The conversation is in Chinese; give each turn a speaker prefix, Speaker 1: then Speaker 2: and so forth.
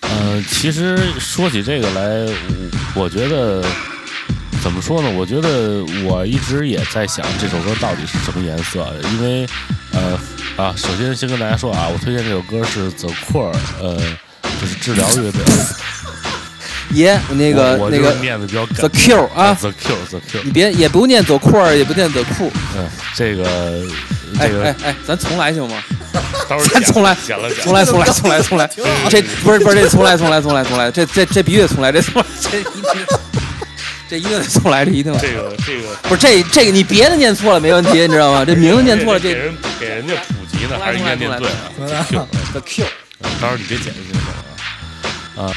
Speaker 1: 呃，其实说起这个来，我我觉得怎么说呢？我觉得我一直也在想这首歌到底是什么颜色，啊因为呃啊，首先先跟大家说啊，我推荐这首歌是 The Cure，呃，就是治疗乐队。
Speaker 2: 爷， 那个
Speaker 1: 我我
Speaker 2: 那
Speaker 1: 就是
Speaker 2: 个
Speaker 1: 念的比较赶
Speaker 2: The Q 啊，
Speaker 1: ，The Cure，The Cure，
Speaker 2: 你别也不念左库儿，也不念左库，
Speaker 1: 嗯，这个
Speaker 2: 哎
Speaker 1: 这个
Speaker 2: 哎哎，咱重来行吗？
Speaker 1: 到时候
Speaker 2: 咱 重来
Speaker 1: 剪了剪了，
Speaker 2: 重来，重 来，重来，重来，这不是不是这重来，重来，重来，重来，这这这必须得重来，这重来， 这一定得，这一定得重来，这一定得。
Speaker 1: 这个这个
Speaker 2: 不是这这个你别的念错了没问题，你知道吗？这名字念错了，
Speaker 1: 给
Speaker 2: 这
Speaker 1: 人给人家普及呢，
Speaker 2: 重来
Speaker 1: 还是应该
Speaker 2: 重
Speaker 1: 念
Speaker 2: 来
Speaker 1: 对啊。
Speaker 3: 重来
Speaker 1: Q，
Speaker 2: The Q。
Speaker 1: 到时候你别剪就行了啊。啊，